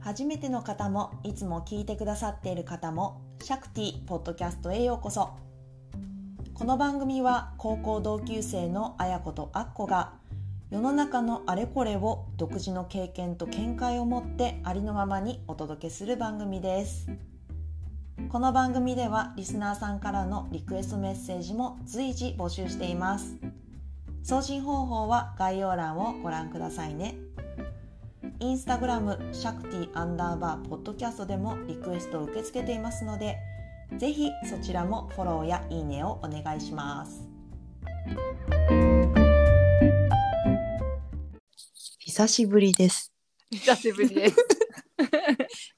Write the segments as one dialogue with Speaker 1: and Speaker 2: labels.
Speaker 1: 初めての方もいつも聞いてくださっている方もシャクティポッドキャストへようこそこの番組は高校同級生のあやことあっこが世の中のあれこれを独自の経験と見解を持ってありのままにお届けする番組ですこの番組ではリスナーさんからのリクエストメッセージも随時募集しています送信方法は概要欄をご覧くださいねインスタグラムシャクティアンダーバーポッドキャストでもリクエストを受け付けていますのでぜひそちらもフォローやいいねをお願いします久しぶりです
Speaker 2: 久しぶりです。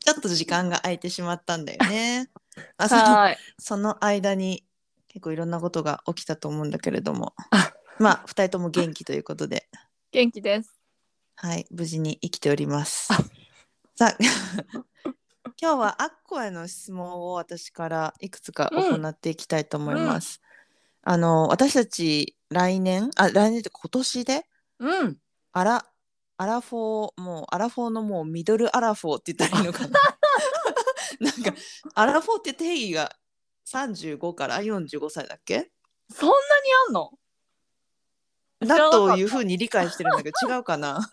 Speaker 1: ちょっと時間が空いてしまったんだよ ねあその
Speaker 2: はーい。
Speaker 1: その間に結構いろんなことが起きたと思うんだけれども
Speaker 2: あ
Speaker 1: まあ2人とも元気ということで
Speaker 2: 元気です。
Speaker 1: はい、無事に生きております
Speaker 2: あ。
Speaker 1: さあ、 今日はアッコへの質問を私からいくつか行っていきたいと思います。あの私たち来年あ来年って今年で
Speaker 2: うん。
Speaker 1: アラアラフォーもうアラフォーのもうミドルアラフォーって言ったらいいのか な。なんかアラフォーって定義が35から45歳だっけ
Speaker 2: そんなにあんの
Speaker 1: だというふうに理解してるんだけど違うかな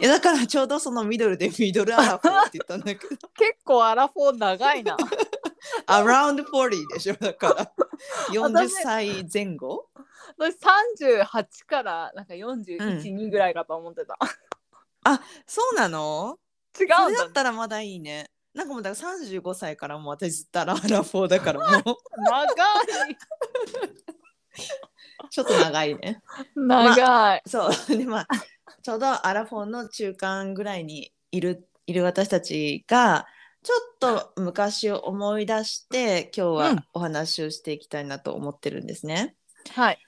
Speaker 1: いやだからちょうどそのミドルでミドルアラフォーって言ったんだけど
Speaker 2: 結構アラフォー長いな。
Speaker 1: アラウンド40でしょだから40
Speaker 2: 私
Speaker 1: 歳前後
Speaker 2: 私38からなんか41、2ぐらいかと思ってた。
Speaker 1: そうなの
Speaker 2: 違
Speaker 1: そ
Speaker 2: うん
Speaker 1: れだ
Speaker 2: だ、
Speaker 1: ったらまだいいねなんかもうだから35歳からもう私ずっとアラフォーだからもう ちょっと長いね
Speaker 2: 長い。長い。
Speaker 1: そう でまあちょうどアラフォーの中間ぐらいにいるいる私たちがちょっと昔を思い出して今日
Speaker 2: う
Speaker 1: は
Speaker 2: ん
Speaker 1: お話をしていきたいなと思ってるんですね。
Speaker 2: はい。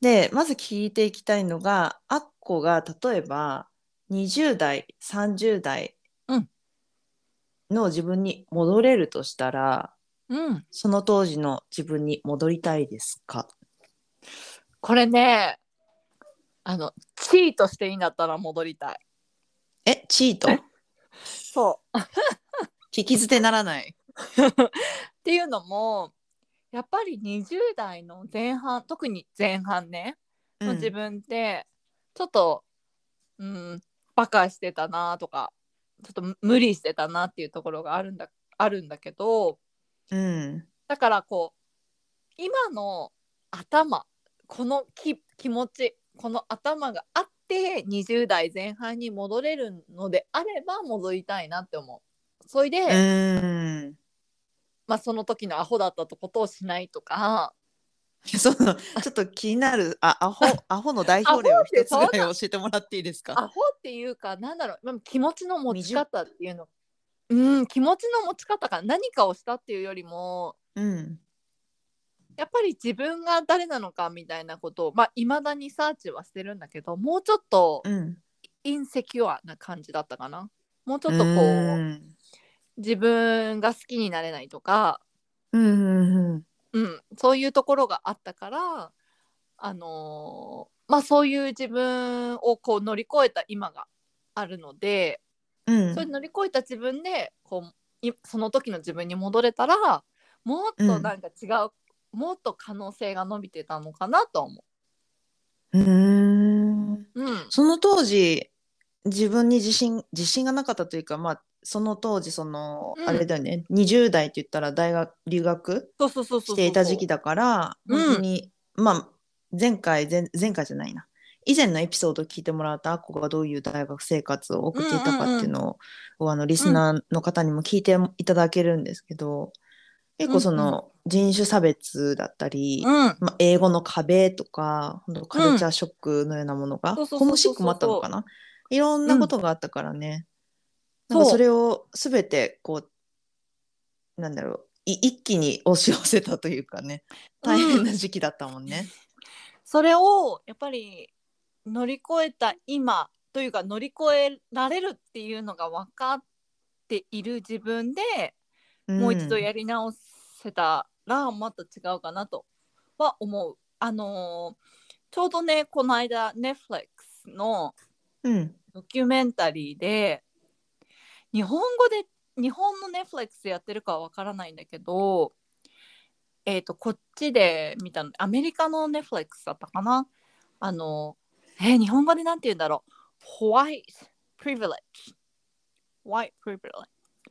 Speaker 1: でまず聞いていきたいのがアッコが例えば20代30代
Speaker 2: うん
Speaker 1: の自分に戻れるとしたら、
Speaker 2: うん。
Speaker 1: その当時の自分に戻りたいですか
Speaker 2: これね、あの、地位としていいんだったら戻りたい。
Speaker 1: えチート
Speaker 2: そう。
Speaker 1: 聞き捨てならない。
Speaker 2: っていうのもやっぱり20代の前半特に前半ねの自分ってちょっとうん、バカしてたなとかちょっとむ無理してたなっていうところがあるんだあるんだけど
Speaker 1: うん
Speaker 2: だからこう今の頭このき気持ちこの頭があって20代前半に戻れるのであれば戻りたいなって思う。それで、
Speaker 1: うん
Speaker 2: まあ、その時のアホだったことをしないとか
Speaker 1: いやそのちょっと気になるあ アホアホの代表例を一つぐらい教えてもらっていいですか
Speaker 2: アホっていうかなんだろうまあ気持ちの持ち方っていうのうん気持ちの持ち方か何かをしたっていうよりも
Speaker 1: うん
Speaker 2: やっぱり自分が誰なのかみたいなことをまあいまだにサーチはしてるんだけどもうちょっと
Speaker 1: うん
Speaker 2: インセキュアな感じだったかなもうち
Speaker 1: ち
Speaker 2: ょっとこう自分が好きになれないとか、
Speaker 1: うんうんうん
Speaker 2: うん、そういうところがあったからあのーまあそういう自分をこう乗り越えた今があるので、
Speaker 1: うん
Speaker 2: それ乗り越えた自分でこういその時の自分に戻れたらもっとなんか違う、もっと可能性が伸びてたのかなと思
Speaker 1: うん
Speaker 2: う。うん、
Speaker 1: その当時自分に自信自信がなかったというかまあその当時その、
Speaker 2: うん
Speaker 1: あれだよね20代って言ったら大学留学
Speaker 2: そうそうそうそうそ
Speaker 1: し
Speaker 2: う
Speaker 1: ていた時期だから
Speaker 2: うん
Speaker 1: 本当に、まあ前回前前回じゃないな以前のエピソードを聞いてもらったアッコがどういう大学生活を送っていたかっていうのを、あのリスナーの方にも聞いていただけるんですけど、結構その人種差別だったり、
Speaker 2: うん
Speaker 1: まあ、英語の壁とか本当カルチャーショックのようなものが、
Speaker 2: そうそうそうそうそう
Speaker 1: ホームシックもあったのかないろんなことがあったからね、なんか
Speaker 2: そう
Speaker 1: それを全てこうなんだろうい一気に押し寄せたというかね大変な時期だったもんね。
Speaker 2: それをやっぱり乗り越えた今というか乗り越えられるっていうのが分かっている自分で、もう一度やり直せたらまた違うかなとは思う。あのーちょうどねこの間 Netflix の
Speaker 1: うん
Speaker 2: ドキュメンタリーで日本語で日本のネフレックスやってるかはわからないんだけど、えっ、と、こっちで見たの、アメリカのネフレックスだったかなあの、えー日本語でなんて言うんだろう。ホワイトプリヴィレッジ。ホワイトプリヴィレッ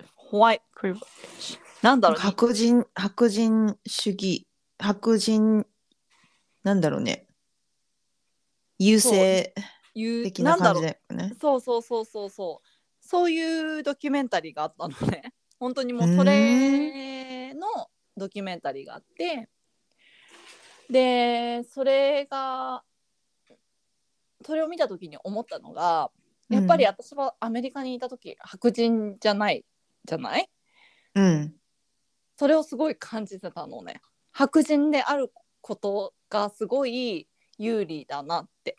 Speaker 2: ジ。ホワイトプリヴィレッジ。なんだろう。
Speaker 1: 白人白人主義白人なんだろうね優勢
Speaker 2: 言う
Speaker 1: 的
Speaker 2: な
Speaker 1: なん
Speaker 2: だ
Speaker 1: 感
Speaker 2: ろ
Speaker 1: じ
Speaker 2: う
Speaker 1: だよね。
Speaker 2: そうそうそうそうそうそういうドキュメンタリーがあったのね 本当にもうそれのドキュメンタリーがあってでそれがそれを見た時に思ったのがやっぱり私はアメリカにいた時、白人じゃないじゃない
Speaker 1: うん
Speaker 2: それをすごい感じてたのね白人であることがすごい有利だなって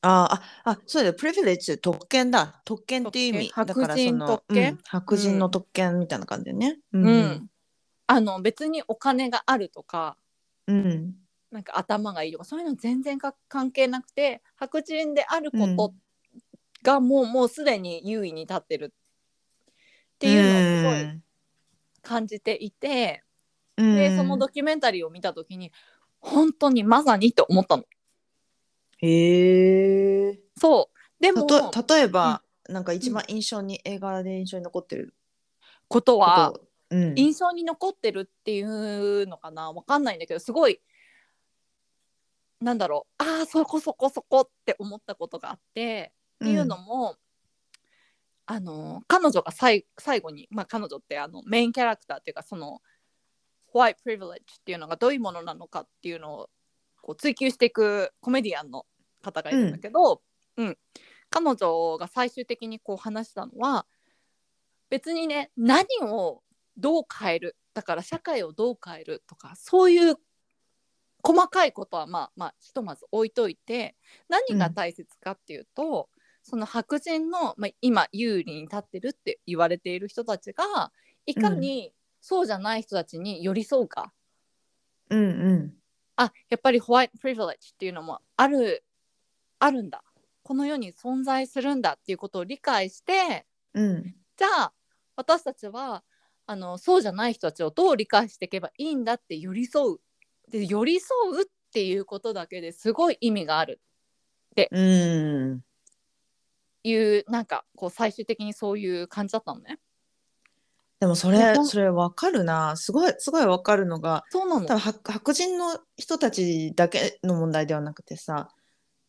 Speaker 1: あああそうだよプレフィレッジ特権だ特権っていう意味
Speaker 2: 特権
Speaker 1: だからその
Speaker 2: 白人特権
Speaker 1: うん白人の特権みたいな感じだよね。う
Speaker 2: うん、あの別にお金があるとか
Speaker 1: うん
Speaker 2: なんか頭がいいとかそういうの全然か関係なくて白人であることがもう,、もうすでに優位に立ってるっていうのをすごい感じていて、
Speaker 1: うん
Speaker 2: でそのドキュメンタリーを見た時に本当にまさにって思ったの。
Speaker 1: へえ
Speaker 2: そうでも
Speaker 1: たと例えば、なんか一番印象に映画で印象に残ってる
Speaker 2: こと
Speaker 1: こと
Speaker 2: は
Speaker 1: うん
Speaker 2: 印象に残ってるっていうのかなわかんないんだけどすごいなんだろうああそこそこそこって思ったことがあって。っていうのも、あの彼女がさい最後に、まあ、彼女ってあのメインキャラクターっていうかそのホワイトプリヴィレッジっていうのがどういうものなのかっていうのをこう追求していくコメディアンの方がいるんだけど、うん彼女が最終的にこう話したのは別にね何をどう変えるだから社会をどう変えるとかそういう細かいことはまあまあひとまず置いといて何が大切かっていうと、その白人の、まあ、今有利に立ってるって言われている人たちがいかにそうじゃない人たちに寄り添うか、
Speaker 1: うんうん
Speaker 2: あやっぱりホワイトプリヴィレッジっていうのもあるあるんだこの世に存在するんだっていうことを理解して
Speaker 1: うん
Speaker 2: じゃあ私たちはあのそうじゃない人たちをどう理解していけばいいんだって寄り添うで寄り添うっていうことだけですごい意味がある
Speaker 1: うん
Speaker 2: いうなんかこう最終的にそういう感じだったのね。
Speaker 1: でもそれ
Speaker 2: ほん
Speaker 1: それわかるなすごいすごいわかるのが
Speaker 2: そうなの
Speaker 1: 多分白白人の人たちだけの問題ではなくてさやっ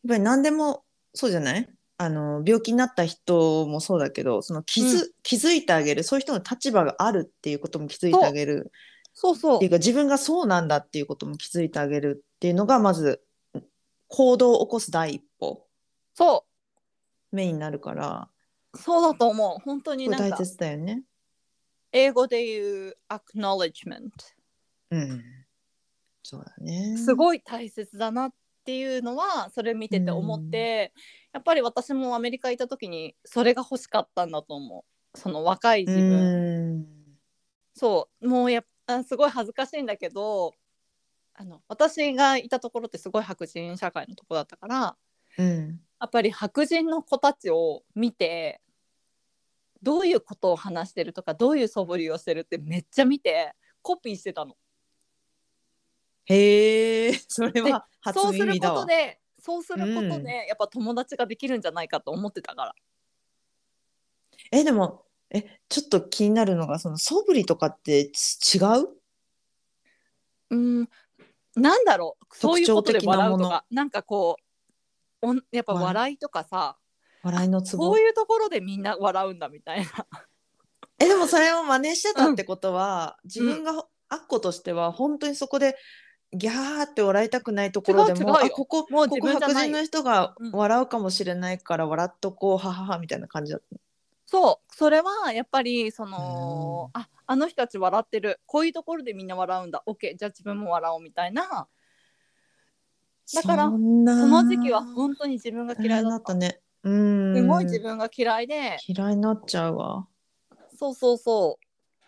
Speaker 1: ぱり何でもそうじゃないあの病気になった人もそうだけどその気づ,、気づいてあげるそういう人の立場があるっていうことも気づいてあげる
Speaker 2: そうそ
Speaker 1: っていう
Speaker 2: う
Speaker 1: か自分がそうなんだっていうことも気づいてあげるっていうのがまず行動を起こす第一歩
Speaker 2: そ
Speaker 1: 目になるから
Speaker 2: うそうだと思う本当に
Speaker 1: これ
Speaker 2: なん
Speaker 1: 大
Speaker 2: か
Speaker 1: 切だよね。
Speaker 2: 英語で言う acknowledgement
Speaker 1: うん、そうだね
Speaker 2: すごい大切だなっていうのはそれ見てて思って、やっぱり私もアメリカ行った時にそれが欲しかったんだと思うその若い自分、
Speaker 1: うん
Speaker 2: そうもうやっあすごい恥ずかしいんだけどあの私がいたところってすごい白人社会のとこだったから
Speaker 1: うん
Speaker 2: やっぱり白人の子たちを見てどういうことを話してるとかどういう素振りをしてるってめっちゃ見てコピーしてたの。
Speaker 1: へえそれは初
Speaker 2: そうする
Speaker 1: 耳
Speaker 2: こ
Speaker 1: だわ
Speaker 2: とでそうすることで、
Speaker 1: うん
Speaker 2: やっぱ友達ができるんじゃないかと思ってたから。
Speaker 1: えでもえちょっと気になるのがその素振りとかってち違う
Speaker 2: うんなんだろうそういうことで
Speaker 1: 特徴的な
Speaker 2: 笑う
Speaker 1: も
Speaker 2: と
Speaker 1: の
Speaker 2: かなんかこうおんやっぱ笑いとかさ
Speaker 1: 笑いのツ
Speaker 2: そ
Speaker 1: ボ
Speaker 2: ういうところでみんな笑うんだみたいな。
Speaker 1: えでもそれを真似してたってことは、自分がアッコとしては本当にそこでギャーって笑いたくないところで
Speaker 2: 違う違う
Speaker 1: も
Speaker 2: よ
Speaker 1: あここ
Speaker 2: もう
Speaker 1: こ
Speaker 2: 自
Speaker 1: こ
Speaker 2: 分じゃ
Speaker 1: 白
Speaker 2: ない
Speaker 1: 人の人が
Speaker 2: うん
Speaker 1: 笑うかもしれないから笑っとこう、はははみたいな感じだった
Speaker 2: そうそれはやっぱりその、ああの人たち笑ってるこういうところでみんな笑うんだ OK じゃあ自分も笑おうみたいなだから
Speaker 1: そんな
Speaker 2: その時期は本当に自分が嫌いだ
Speaker 1: だ
Speaker 2: っ
Speaker 1: ったたねうん
Speaker 2: すごい自分が嫌いで
Speaker 1: 嫌いになっちゃうわ
Speaker 2: そうそうそう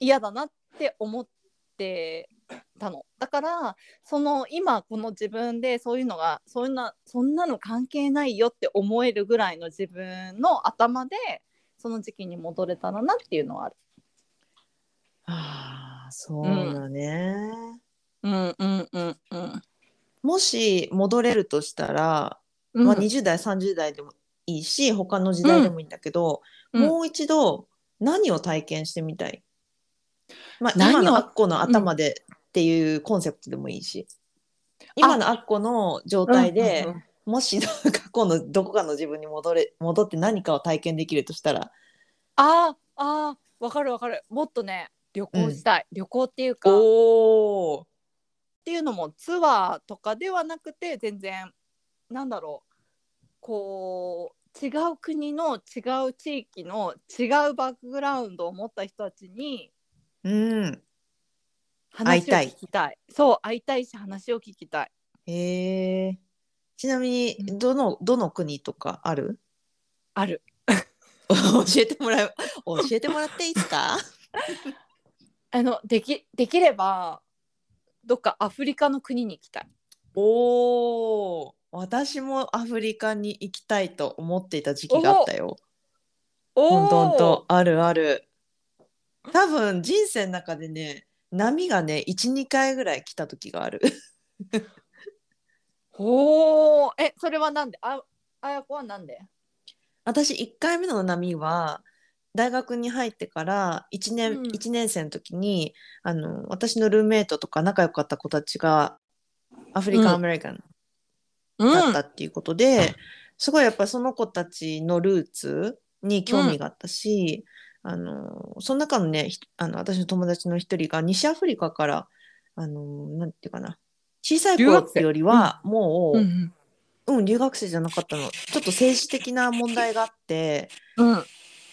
Speaker 2: 嫌だなって思ってたのだからその今この自分でそういうのがそんなそんなの関係ないよって思えるぐらいの自分の頭でその時期に戻れたらなっていうのはある。
Speaker 1: ああそうだね、
Speaker 2: うんうんうんうん。
Speaker 1: もし戻れるとしたら、
Speaker 2: うん
Speaker 1: まあ、20代30代でもいいし他の時代でもいいんだけど、
Speaker 2: うん
Speaker 1: もう一度何を体験してみたい、まあ、
Speaker 2: 何を
Speaker 1: 今のアッコの頭でっていうコンセプトでもいいし、今のアッコの状態で、
Speaker 2: うんうんうん
Speaker 1: もし過去のどこかの自分に戻れ戻って何かを体験できるとしたら
Speaker 2: あーあーわかるわかるもっとね旅行したい、旅行っていうかっ
Speaker 1: おー
Speaker 2: ていうのもツアーとかではなくて全然なんだろうこう違う国の違う地域の違うバックグラウンドを持った人たちに
Speaker 1: うん会い
Speaker 2: 話を
Speaker 1: たい
Speaker 2: 聞きたいそう会いたいし話を聞きたい
Speaker 1: へえちなみに
Speaker 2: うん
Speaker 1: どのどの国とかあ る
Speaker 2: ある
Speaker 1: 教えてもらえ 教えてもらっていいですか
Speaker 2: あのできできればどっかアフリカの国に行きたい
Speaker 1: おお私もアフリカに行きたいと思っていた時期があったよ。ほんとほんとあるある。多分人生の中でね波がね12回ぐらい来た時がある。
Speaker 2: ほーえそれはなんでああやこはなんで
Speaker 1: 私1回目の波は大学に入ってから1年,、
Speaker 2: うん
Speaker 1: 一年生の時にあの私のルーメイトとか仲良かった子たちがアフリカン・アメリカン
Speaker 2: う
Speaker 1: だったっていうことで、すごいやっぱりその子たちのルーツに興味があったし、あのその中のねひあの私の友達の一人が西アフリカからあのなんていうかな小さい
Speaker 2: 留
Speaker 1: 頃
Speaker 2: 学生
Speaker 1: よりはもう、
Speaker 2: う
Speaker 1: うん
Speaker 2: ん
Speaker 1: 留学生じゃなかったのちょっと政治的な問題があって。
Speaker 2: うん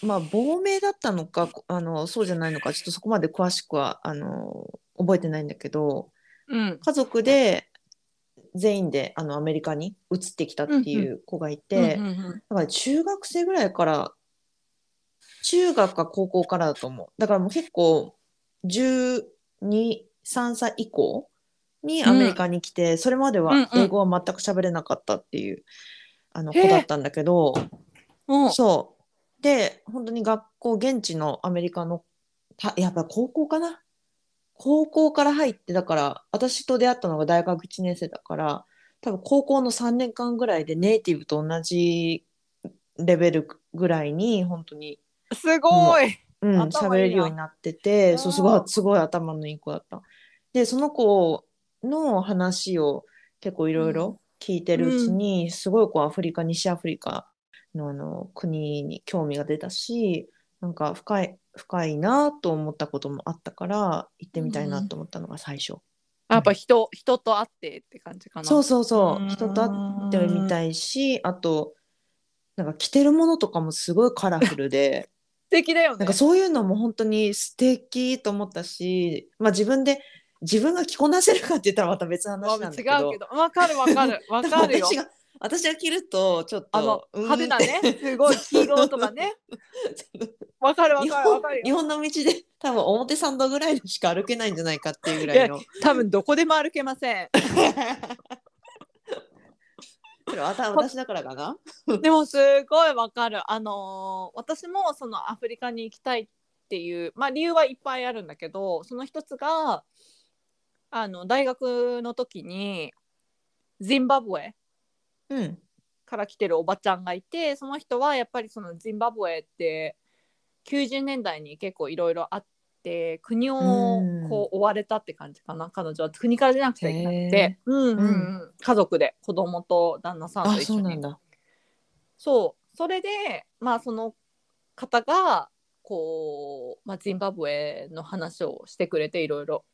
Speaker 1: まあ、亡命だったのかこあのそうじゃないのかちょっとそこまで詳しくはあの覚えてないんだけど
Speaker 2: うん
Speaker 1: 家族で全員であのアメリカに移ってきたっていう子がいて、
Speaker 2: うんうん
Speaker 1: だから中学生ぐらいから中学か高校からだと思うだからもう結構123歳以降にアメリカに来て、それまで
Speaker 2: うんうん
Speaker 1: は英語は全く喋れなかったっていう、あの
Speaker 2: へえ
Speaker 1: 子だったんだけど。
Speaker 2: うん
Speaker 1: そう。で、本当に学校、現地のアメリカの、たやっぱ高校かな高校から入って、だから、私と出会ったのが大学1年生だから、多分高校の3年間ぐらいでネイティブと同じレベルぐらいに、本当に、
Speaker 2: すごい
Speaker 1: うん、喋
Speaker 2: 頭いいな
Speaker 1: れるようになってて、そう、すご
Speaker 2: あ
Speaker 1: い、
Speaker 2: ー
Speaker 1: すごい頭のいい子だった。で、その子の話を結構いろいろ聞いてるうちに、すごいこうアフリカ、西アフリカのあの国に興味が出たし、なんか深い、深いなと思ったこともあったから、行ってみたいなと思ったのが最初。
Speaker 2: やっぱ人人と会ってって感じかな
Speaker 1: そう
Speaker 2: そ
Speaker 1: そうそうう、
Speaker 2: ん
Speaker 1: 人と会ってみたいし、あと、なんか着てるものとかもすごいカラフルで、
Speaker 2: 素敵だよね
Speaker 1: なんかそういうのも本当に素敵と思ったし、まあ自分で、自分が着こなせるかって言ったらまた別の
Speaker 2: まあ
Speaker 1: 話なんだけど。
Speaker 2: 違うけどわかるわかる わかるよ
Speaker 1: 私が、私が着ると、ちょっと、
Speaker 2: あの
Speaker 1: うーん
Speaker 2: 派手なねすごい黄色とかね わかるわ
Speaker 1: 日
Speaker 2: かるわ
Speaker 1: 本
Speaker 2: かる
Speaker 1: 日
Speaker 2: よ
Speaker 1: 本の道で多分表参道ぐらいでしか歩けないんじゃないかっていうぐらいの。
Speaker 2: 多分どこでも歩けません
Speaker 1: それは私私だからかな。
Speaker 2: でもすごいわかるあのー私もそのアフリカに行きたいっていうまあ理由はいっぱいあるんだけどその一つがあの大学の時にジンバブエ
Speaker 1: うん。
Speaker 2: から来てるおばちゃんがいてその人はやっぱりそのジンバブエって90年代に結構いろいろあって国を
Speaker 1: うん
Speaker 2: こう追われたって感じかな彼女は国から出なくちゃいけなく
Speaker 1: へ
Speaker 2: て、うんうんうん、家族で子供と旦那さん
Speaker 1: あ、
Speaker 2: と一
Speaker 1: そ
Speaker 2: 緒
Speaker 1: うな
Speaker 2: に
Speaker 1: んだ。
Speaker 2: そうそれでまあその方がこう、まあ、ジンバブエの話をしてくれていろいろ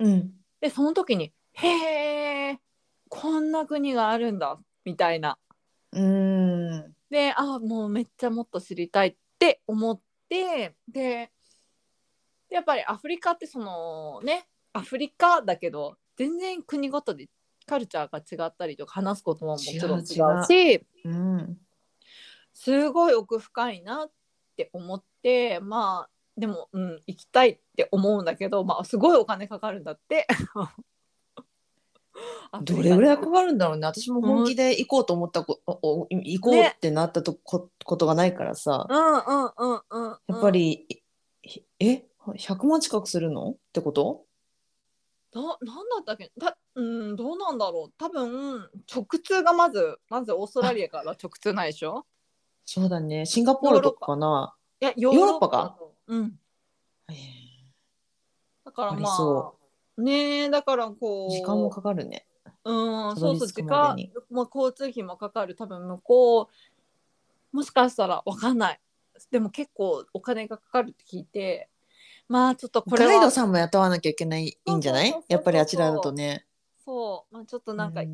Speaker 1: うん。
Speaker 2: でその時に「へえこんな国があるんだ」みたいな
Speaker 1: うーん。
Speaker 2: であもうめっちゃもっと知りたいって思ってででやっぱりアフリカってそのねアフリカだけど全然国ごとでカルチャーが違ったりとか話すことももちろん違うし
Speaker 1: 違ううん。
Speaker 2: すごい奥深いなって思ってまあでも、うん、 行きたいって思うんだけど、まあ、すごいお金かかるんだって
Speaker 1: どれぐらい困るんだろうね私も本気で行こうと思ったこ、おお行こうってなったとこことがないからさ、
Speaker 2: うんうんうんうんうん
Speaker 1: やっぱり、ひえ100万近くするのってこと
Speaker 2: ななんだったっけたうんどうなんだろう多分直通がまずまずオーストラリアから直通ないでしょ
Speaker 1: そうだねシンガポールとかかない
Speaker 2: やヨ
Speaker 1: ーロッパか
Speaker 2: だとうん
Speaker 1: へえ
Speaker 2: だから
Speaker 1: あり
Speaker 2: ま
Speaker 1: そ
Speaker 2: あねえだからこう
Speaker 1: 時間もかかるね
Speaker 2: うん
Speaker 1: た
Speaker 2: そ
Speaker 1: ど
Speaker 2: う
Speaker 1: り
Speaker 2: そう
Speaker 1: 着
Speaker 2: 時
Speaker 1: くま
Speaker 2: 間
Speaker 1: でに
Speaker 2: まあ、交通費もかかる多分向こうもしかしたらわかんないでも結構お金がかかるって聞いてまあちょっとこれは
Speaker 1: ガイドさんも雇わなきゃいけないい
Speaker 2: そうそうそうそう
Speaker 1: いんじゃないやっぱりあちらだとね
Speaker 2: そう、まあ、ちょっとなんか、
Speaker 1: う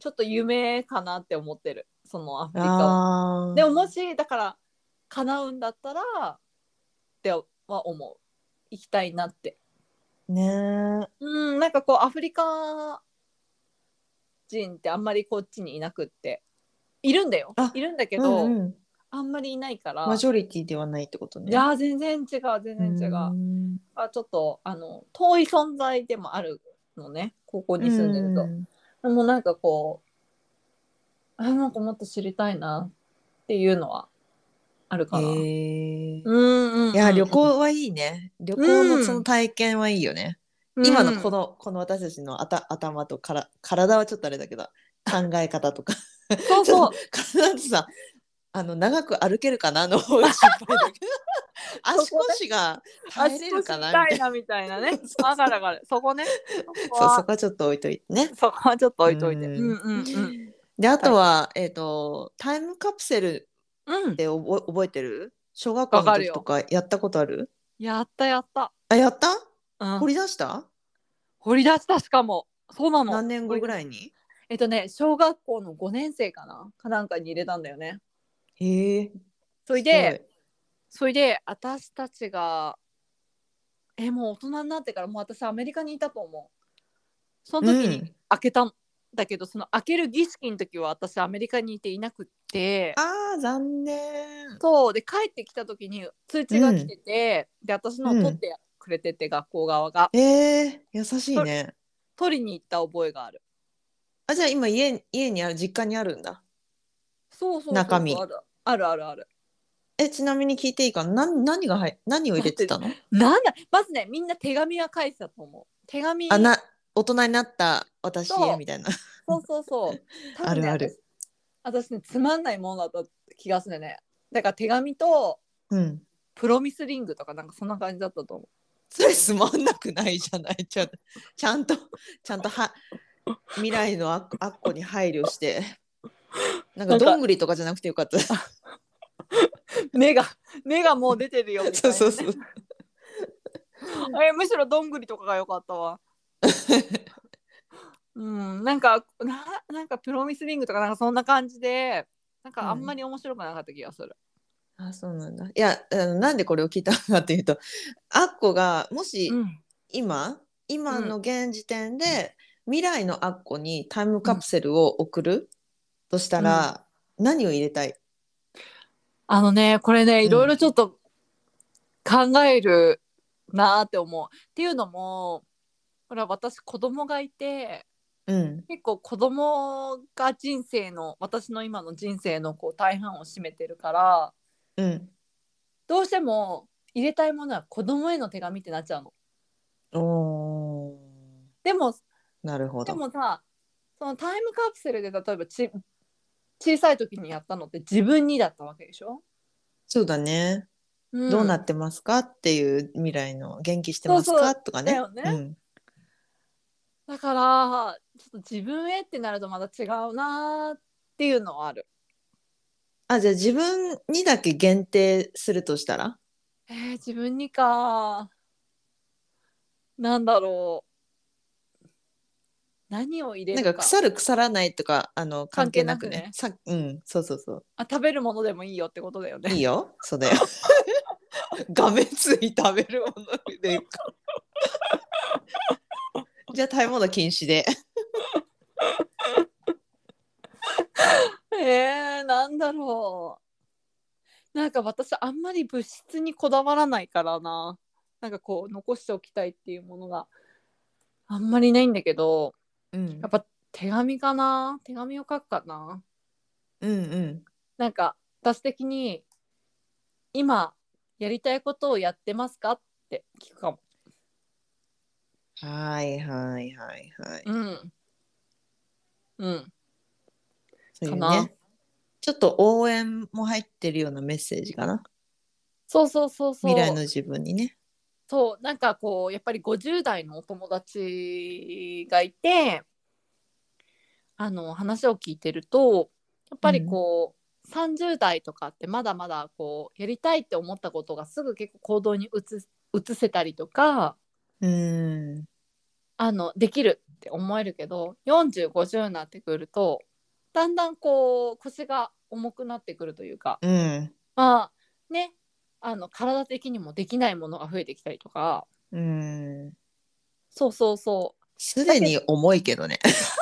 Speaker 2: ちょっと夢かなって思ってるそのアフリカは
Speaker 1: あー
Speaker 2: でももしだから叶うんだったらっては思う行きたいなって
Speaker 1: ね
Speaker 2: うんなんかこうアフリカ人ってあんまりこっちにいなくっているんだよ
Speaker 1: あ
Speaker 2: いるんだけ
Speaker 1: え
Speaker 2: ど、
Speaker 1: うんうん
Speaker 2: あんまりいないから
Speaker 1: マジョリティではないってことね
Speaker 2: いやー全然違う全然違う
Speaker 1: うん
Speaker 2: あちょっとあの遠い存在でもあるのねここに住んでる
Speaker 1: う
Speaker 2: と、
Speaker 1: ん
Speaker 2: でもなんかこうあなんかもっと知りたいなっていうのはあるかな、
Speaker 1: へえ
Speaker 2: うんうんうん
Speaker 1: いや旅行はいいね旅行のその体験はいいよね、今のこ
Speaker 2: の、
Speaker 1: のこの私たちのあた頭とから体はちょっとあれだけど考え方とか
Speaker 2: そうそう
Speaker 1: 体ってさあの長く歩けるかなの方が心配だけ ど足腰が耐えれるかなみた
Speaker 2: 足腰痛
Speaker 1: い
Speaker 2: い
Speaker 1: な
Speaker 2: なみたいなね
Speaker 1: そうそうそう
Speaker 2: わかるわか るそこねそこ
Speaker 1: そう
Speaker 2: は
Speaker 1: そこはちょっと置いといてね。
Speaker 2: そこはちょっと置いといて
Speaker 1: うん
Speaker 2: うんうんうん
Speaker 1: であとは、えっ、とタイムカプセル
Speaker 2: うん
Speaker 1: って覚え覚えてる小学校
Speaker 2: わ
Speaker 1: の
Speaker 2: かる
Speaker 1: 時
Speaker 2: よ
Speaker 1: とかやったことある
Speaker 2: やったやった、
Speaker 1: あやった
Speaker 2: うん
Speaker 1: 掘り出した
Speaker 2: 掘り出したしかもそうなの
Speaker 1: 何年後ぐらいに
Speaker 2: えっとね小学校の5年生かなかなんかに入れたんだよね
Speaker 1: へえ。
Speaker 2: それでそれで私たちがえもう大人になってからもう私アメリカにいたと思うその時
Speaker 1: う
Speaker 2: に
Speaker 1: ん
Speaker 2: 開けたんだけど、その開ける儀式の時は私アメリカにいていなくって
Speaker 1: あー残念。
Speaker 2: そうで帰ってきた時に通知が来てて、で私のを取ってくれてて、学校側が
Speaker 1: えー、優しいね。
Speaker 2: 取りに行った覚えがある
Speaker 1: あじゃあ今家家にある実家にあるんだ。
Speaker 2: そうそうそうそう
Speaker 1: 中身
Speaker 2: あるあるあるある
Speaker 1: えちなみに聞いていいかな何何が入何を入れてたの？
Speaker 2: なんだまずねみんな手紙は書いてたと思う手紙
Speaker 1: あな大人になった私
Speaker 2: そう
Speaker 1: へみたいな。
Speaker 2: そうそうそう。多分 ね
Speaker 1: あるある。
Speaker 2: 私私ねつまんないものだった気がするね。だから手紙と
Speaker 1: うん。
Speaker 2: プロミスリングとかなんかそんな感じだったと思
Speaker 1: それつまんなくないじゃない。ちゃんとちゃんとちゃんとは未来のあっあっこに配慮して。なんか
Speaker 2: なんか。
Speaker 1: どんぐりとかじゃなくてよかった。そう
Speaker 2: 目が 目がもう出てるよみたいな、
Speaker 1: う
Speaker 2: ね。
Speaker 1: そうそう。
Speaker 2: えむしろどんぐりとかが良かったわ。うんなんかななんかプロミスリングとかなんかそんな感じでなんかあんまり面白くなかった気がする。
Speaker 1: あそうなんだ。いやあのなんでこれを聞いたのかっていうと、あっこがもし、
Speaker 2: うん。
Speaker 1: 今今の現時点で、未来のアッコにタイムカプセルを送るとしたら、何を入れたい
Speaker 2: あのねこれね
Speaker 1: ん
Speaker 2: いろいろちょっと考えるなーって思う。っていうのもほら私子供がいて
Speaker 1: うん
Speaker 2: 結構子供が人生の私の今の人生のこう大半を占めてるから
Speaker 1: うん
Speaker 2: どうしても入れたいものは子供への手紙ってなっちゃうの。
Speaker 1: おー
Speaker 2: でも
Speaker 1: なるほ
Speaker 2: で
Speaker 1: ど
Speaker 2: もさそのタイムカプセルで例えばち小さい時にやったのって自分にだったわけでしょ、
Speaker 1: そうだね、どうな
Speaker 2: っ
Speaker 1: ってますかっていう未来の元気してますか
Speaker 2: そうそ
Speaker 1: とかね
Speaker 2: だよねだからちょっと自分へってなるとまた違うなーっていうのはある。
Speaker 1: うん、あじゃあ自分にだけ限定するとしたら
Speaker 2: えー、自分にかなんだろう何を入れ
Speaker 1: な
Speaker 2: る
Speaker 1: ん
Speaker 2: か
Speaker 1: か腐る腐らないとかあの関係なくね
Speaker 2: 関
Speaker 1: さうんそうそうそう
Speaker 2: あ食べるものでもいいよってことだよね
Speaker 1: いいよ、そう だよ。がめつい食べるもので。じゃあ食べ物禁止で。
Speaker 2: えー、なんだろうなんか私あんまり物質にこだわらないからななんかこう残しておきたいっていうものがあんまりないんだけど
Speaker 1: うん
Speaker 2: やっぱ手紙かな手紙を書くかな
Speaker 1: うん
Speaker 2: なんか私的に今やりたいことをやってますかって聞くかも。
Speaker 1: うんはいはいはいはい、
Speaker 2: うん。うん。
Speaker 1: そういう
Speaker 2: かな
Speaker 1: ねちょっと応援も入ってるようなメッセージかな
Speaker 2: そうそうそうそう。
Speaker 1: 未来の自分にね
Speaker 2: そうなんかこうやっぱり50代のお友達がいてあの話を聞いてるとやっぱりこう、30代とかってまだまだこうやりたいって思ったことがすぐ結構行動に移す移せたりとか
Speaker 1: うん
Speaker 2: あのできるって思えるけど4050になってくるとだんだんこう腰が重くなってくるというか
Speaker 1: うん
Speaker 2: まあねあの体的にもできないものが増えてきたりとか
Speaker 1: うん
Speaker 2: そうそうそう
Speaker 1: すでに重いけどね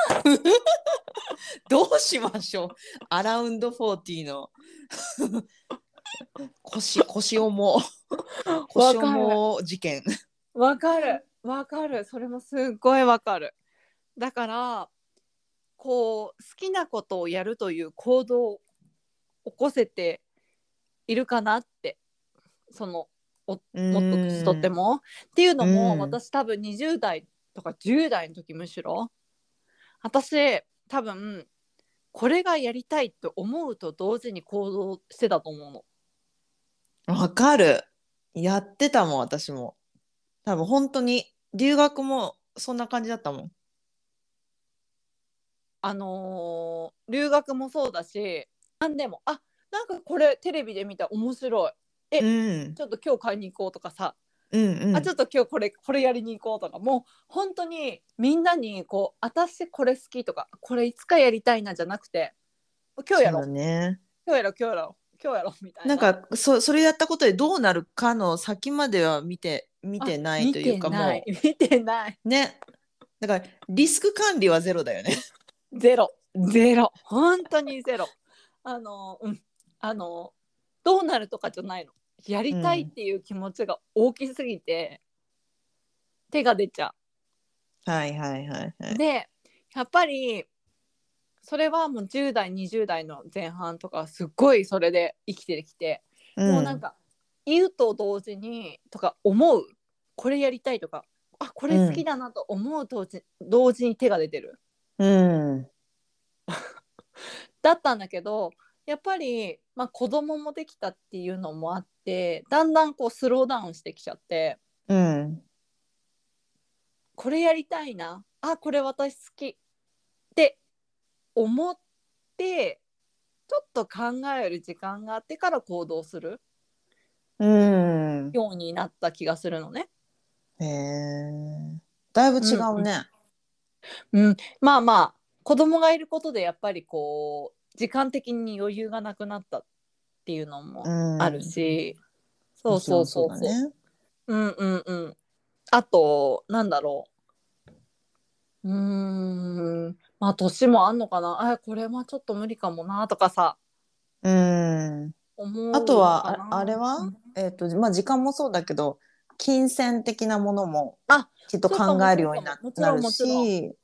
Speaker 1: どうしましょうアラウンド40の 腰腰重腰重事件
Speaker 2: わかるわかるそれもすっごいわかるだからこう好きなことをやるという行動を起こせているかなってそのもっと年取ってもっていうのも、
Speaker 1: うん
Speaker 2: 私多分20代とか10代の時むしろ私多分これがやりたいって思うと同時に行動してたと思うの。
Speaker 1: わかる。やってたもん、私も。多分本当に、留学もそんな感じだったもん。
Speaker 2: あのー留学もそうだし何でもあなんかこれテレビで見た面白いえ
Speaker 1: うん。
Speaker 2: ちょっと今日買いに行こうとかさ、
Speaker 1: うんうん。
Speaker 2: あちょっと今日これこれやりに行こうとかもう本当にみんなにこう私これ好きとかこれいつかやりたいなじゃなくて今日やろ
Speaker 1: そう
Speaker 2: う
Speaker 1: ね。
Speaker 2: 今日やろう今日やろう今日やろうみたい
Speaker 1: な
Speaker 2: な
Speaker 1: んか、そ、それやったことでどうなるかの先までは見て、見てないというか、
Speaker 2: 見
Speaker 1: も、
Speaker 2: てない 見てないう
Speaker 1: ね。だから、リスク管理はゼロだよね。
Speaker 2: ゼロゼロ本当にゼロあのうんあのどうなるとかじゃないのやりたいっていう気持ちが大きすぎて、手が出ちゃ
Speaker 1: はいはいはいはい。
Speaker 2: うでやっぱりそれはもう10代20代の前半とかすっごいそれで生きてきて、もうなんか言うと同時にとか思うこれやりたいとかあこれ好きだなと思う同時,、同時に手が出てる
Speaker 1: うん。うん。
Speaker 2: だったんだけどやっぱり、まあ、子供もできたっていうのもあってだんだんこうスローダウンしてきちゃって
Speaker 1: うん。
Speaker 2: これやりたいなあこれ私好きって思ってちょっと考える時間があってから行動する
Speaker 1: うん。
Speaker 2: ようになった気がするのね。
Speaker 1: へえ。だいぶ違うね。
Speaker 2: うん、まあまあ子供がいることでやっぱりこう時間的に余裕がなくなったっていうのも
Speaker 1: うん。
Speaker 2: あるし、そうそうそう
Speaker 1: も
Speaker 2: そ
Speaker 1: ち
Speaker 2: う
Speaker 1: ろんだね。
Speaker 2: うんうんうん。あと、なんだろう。うーん。まあ、年もあんのかな。あ、これはちょっと無理かもなとかさ、
Speaker 1: うん。
Speaker 2: 思う
Speaker 1: あとは
Speaker 2: のかな
Speaker 1: ああれは
Speaker 2: うん
Speaker 1: えっ、とまあ時間もそうだけど金銭的なものも
Speaker 2: あ
Speaker 1: きっと考えるようにな
Speaker 2: そうかも
Speaker 1: なる
Speaker 2: もち
Speaker 1: し、
Speaker 2: ろん
Speaker 1: ね、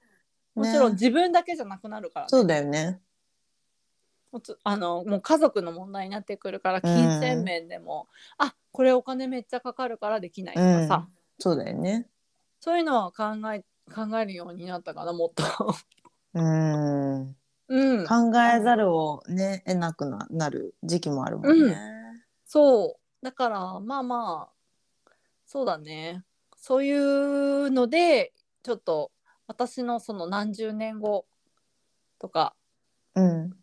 Speaker 2: もちろん自分だけじゃなくなるから、
Speaker 1: そうだよね。
Speaker 2: もちあの、もう家族の問題になってくるから、
Speaker 1: うん
Speaker 2: 金銭面でも、あ、これお金めっちゃかかるからできないとかさ、
Speaker 1: そうだよね。
Speaker 2: そういうのは考え、考えるようになったかな、もっと。
Speaker 1: うん
Speaker 2: うん。
Speaker 1: 考えざるをね得なくななる時期もあるもんね。
Speaker 2: そうだからまあまあそうだねそういうのでちょっと私のその何十年後とか
Speaker 1: うん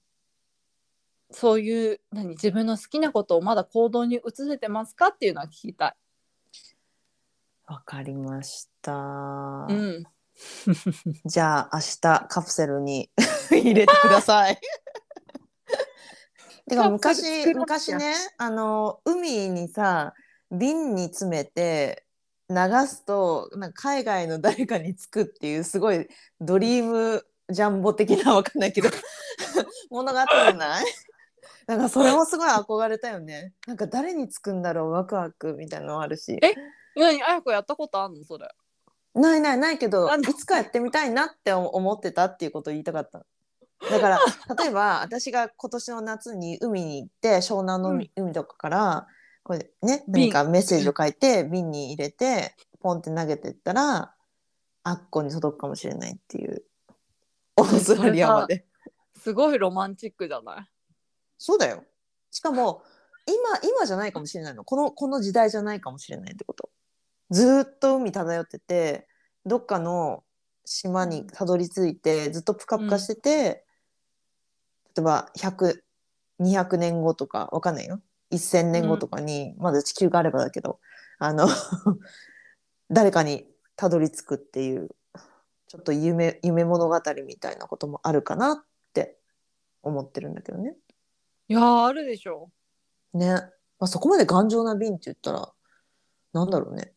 Speaker 2: そういう何自分の好きなことをまだ行動に移せてますかっていうのは聞きた
Speaker 1: わ、かりました。
Speaker 2: い。うん、
Speaker 1: じゃあ明日カプセルに 入れてくださ い。てか
Speaker 2: カプセル
Speaker 1: 昔昔
Speaker 2: 作らなきゃ
Speaker 1: ねあの海にさ瓶に詰めて流すとなんか海外の誰かにつくっていうすごいドリームジャンボ的なわかんないけど ものがあったじゃない なんかそれもすごい憧れたよね。なんか誰につくんだろうワクワクみたいなのあるし。
Speaker 2: 何あやこやったことあんのそれ。
Speaker 1: ないないないけど
Speaker 2: なんだ
Speaker 1: いつかやってみたいなって思ってたっていうことを言いたかっただ から例えば私が今年の夏に海に行って湘南の海,、とかからこれね何
Speaker 2: 瓶
Speaker 1: かメッセージを書いて瓶に入れてポンって投げてったらあっこに届くかもしれないっていうオーストラリアまで。
Speaker 2: すごいロマンチックじゃない
Speaker 1: そうだよ。しかも、今、今じゃないかもしれないの。この、この時代じゃないかもしれないってこと。ずーっと海漂ってて、どっかの島にたどり着いて、ずっとプカプカしてて、例えば100、200年後とか、わかんないよ。1000年後とかに、まだ地球があればだけど、あの、 誰かにたどり着くっていう、ちょっと夢、夢物語みたいなこともあるかなって思ってるんだけどね。
Speaker 2: いやーあるでしょ
Speaker 1: ね、まあ、そこまで頑丈な瓶って言ったらなんだろうね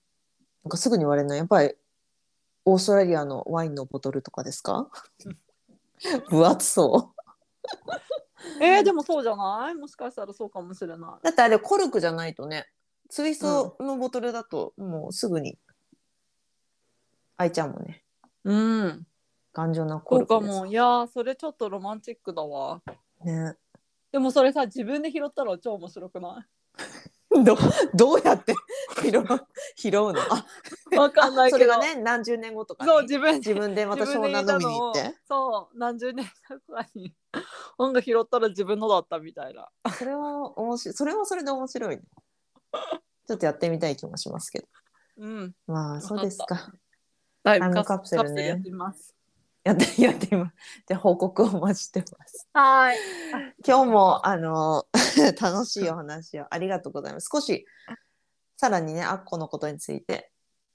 Speaker 1: なんかすぐに割れないやっぱりオーストラリアのワインのボトルとかです か分厚そう
Speaker 2: えー、でもそうじゃないもしかしたらそうかもしれな
Speaker 1: だってあれコルクじゃないとね水槽のボトルだともうすぐに開いちゃうもんね
Speaker 2: いうん
Speaker 1: 頑丈なコ
Speaker 2: そ
Speaker 1: ル
Speaker 2: うか
Speaker 1: クです
Speaker 2: もいやーそれちょっとロマンチックだわ
Speaker 1: ね
Speaker 2: でもそれさ自分で拾ったら超面白くな
Speaker 1: どどうやって 拾う拾うのあ
Speaker 2: いわかんない
Speaker 1: そ
Speaker 2: け
Speaker 1: れが
Speaker 2: ど
Speaker 1: ね何十年後とかに
Speaker 2: そう自分
Speaker 1: 自分でまた
Speaker 2: 自
Speaker 1: 湘
Speaker 2: 分で
Speaker 1: 南の
Speaker 2: 入れ
Speaker 1: 海
Speaker 2: た
Speaker 1: に行
Speaker 2: の
Speaker 1: っ
Speaker 2: を
Speaker 1: て
Speaker 2: そう何十年後かに音が拾ったら自分のだったみたいな
Speaker 1: それは面白い。それはそれで面白いね。ちょっとやってみたい気もしますけど。
Speaker 2: うん
Speaker 1: まあ、そうですか。
Speaker 2: タイ
Speaker 1: ムカプセルね
Speaker 2: やってみます
Speaker 1: やって、 やってみます。じゃあ報告をお待ちしてます。
Speaker 2: はーい
Speaker 1: 今日も、あの、 楽しいお話をありがとうございます。少し、さらにね、アッコのことについて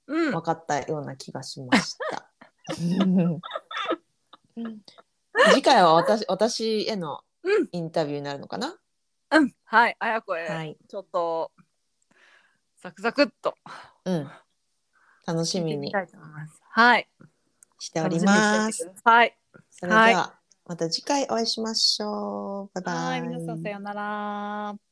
Speaker 2: うん
Speaker 1: 分かったような気がしました。うん次回は私私への
Speaker 2: うん
Speaker 1: インタビューになるのかな、
Speaker 2: うんはいあやこへ、
Speaker 1: はい、
Speaker 2: ちょっとサクサクっと
Speaker 1: うん。楽し
Speaker 2: 聞い
Speaker 1: み
Speaker 2: てみ
Speaker 1: に
Speaker 2: たいと思いますはい
Speaker 1: しております。
Speaker 2: 楽しみにしててください
Speaker 1: それでは、また次回お会いしましょう。バイバイ。
Speaker 2: はい皆さんさようなら